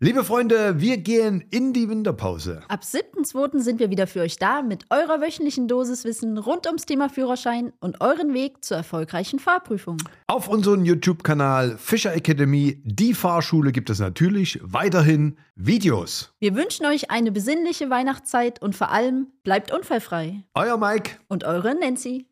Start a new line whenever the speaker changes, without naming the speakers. Liebe Freunde, wir gehen in die Winterpause.
Ab 7.2. sind wir wieder für euch da mit eurer wöchentlichen Dosis Wissen rund ums Thema Führerschein und euren Weg zur erfolgreichen Fahrprüfung.
Auf unserem YouTube-Kanal Fischer Academy, die Fahrschule, gibt es natürlich weiterhin Videos.
Wir wünschen euch eine besinnliche Weihnachtszeit und vor allem bleibt unfallfrei.
Euer Mike.
Und eure Nancy.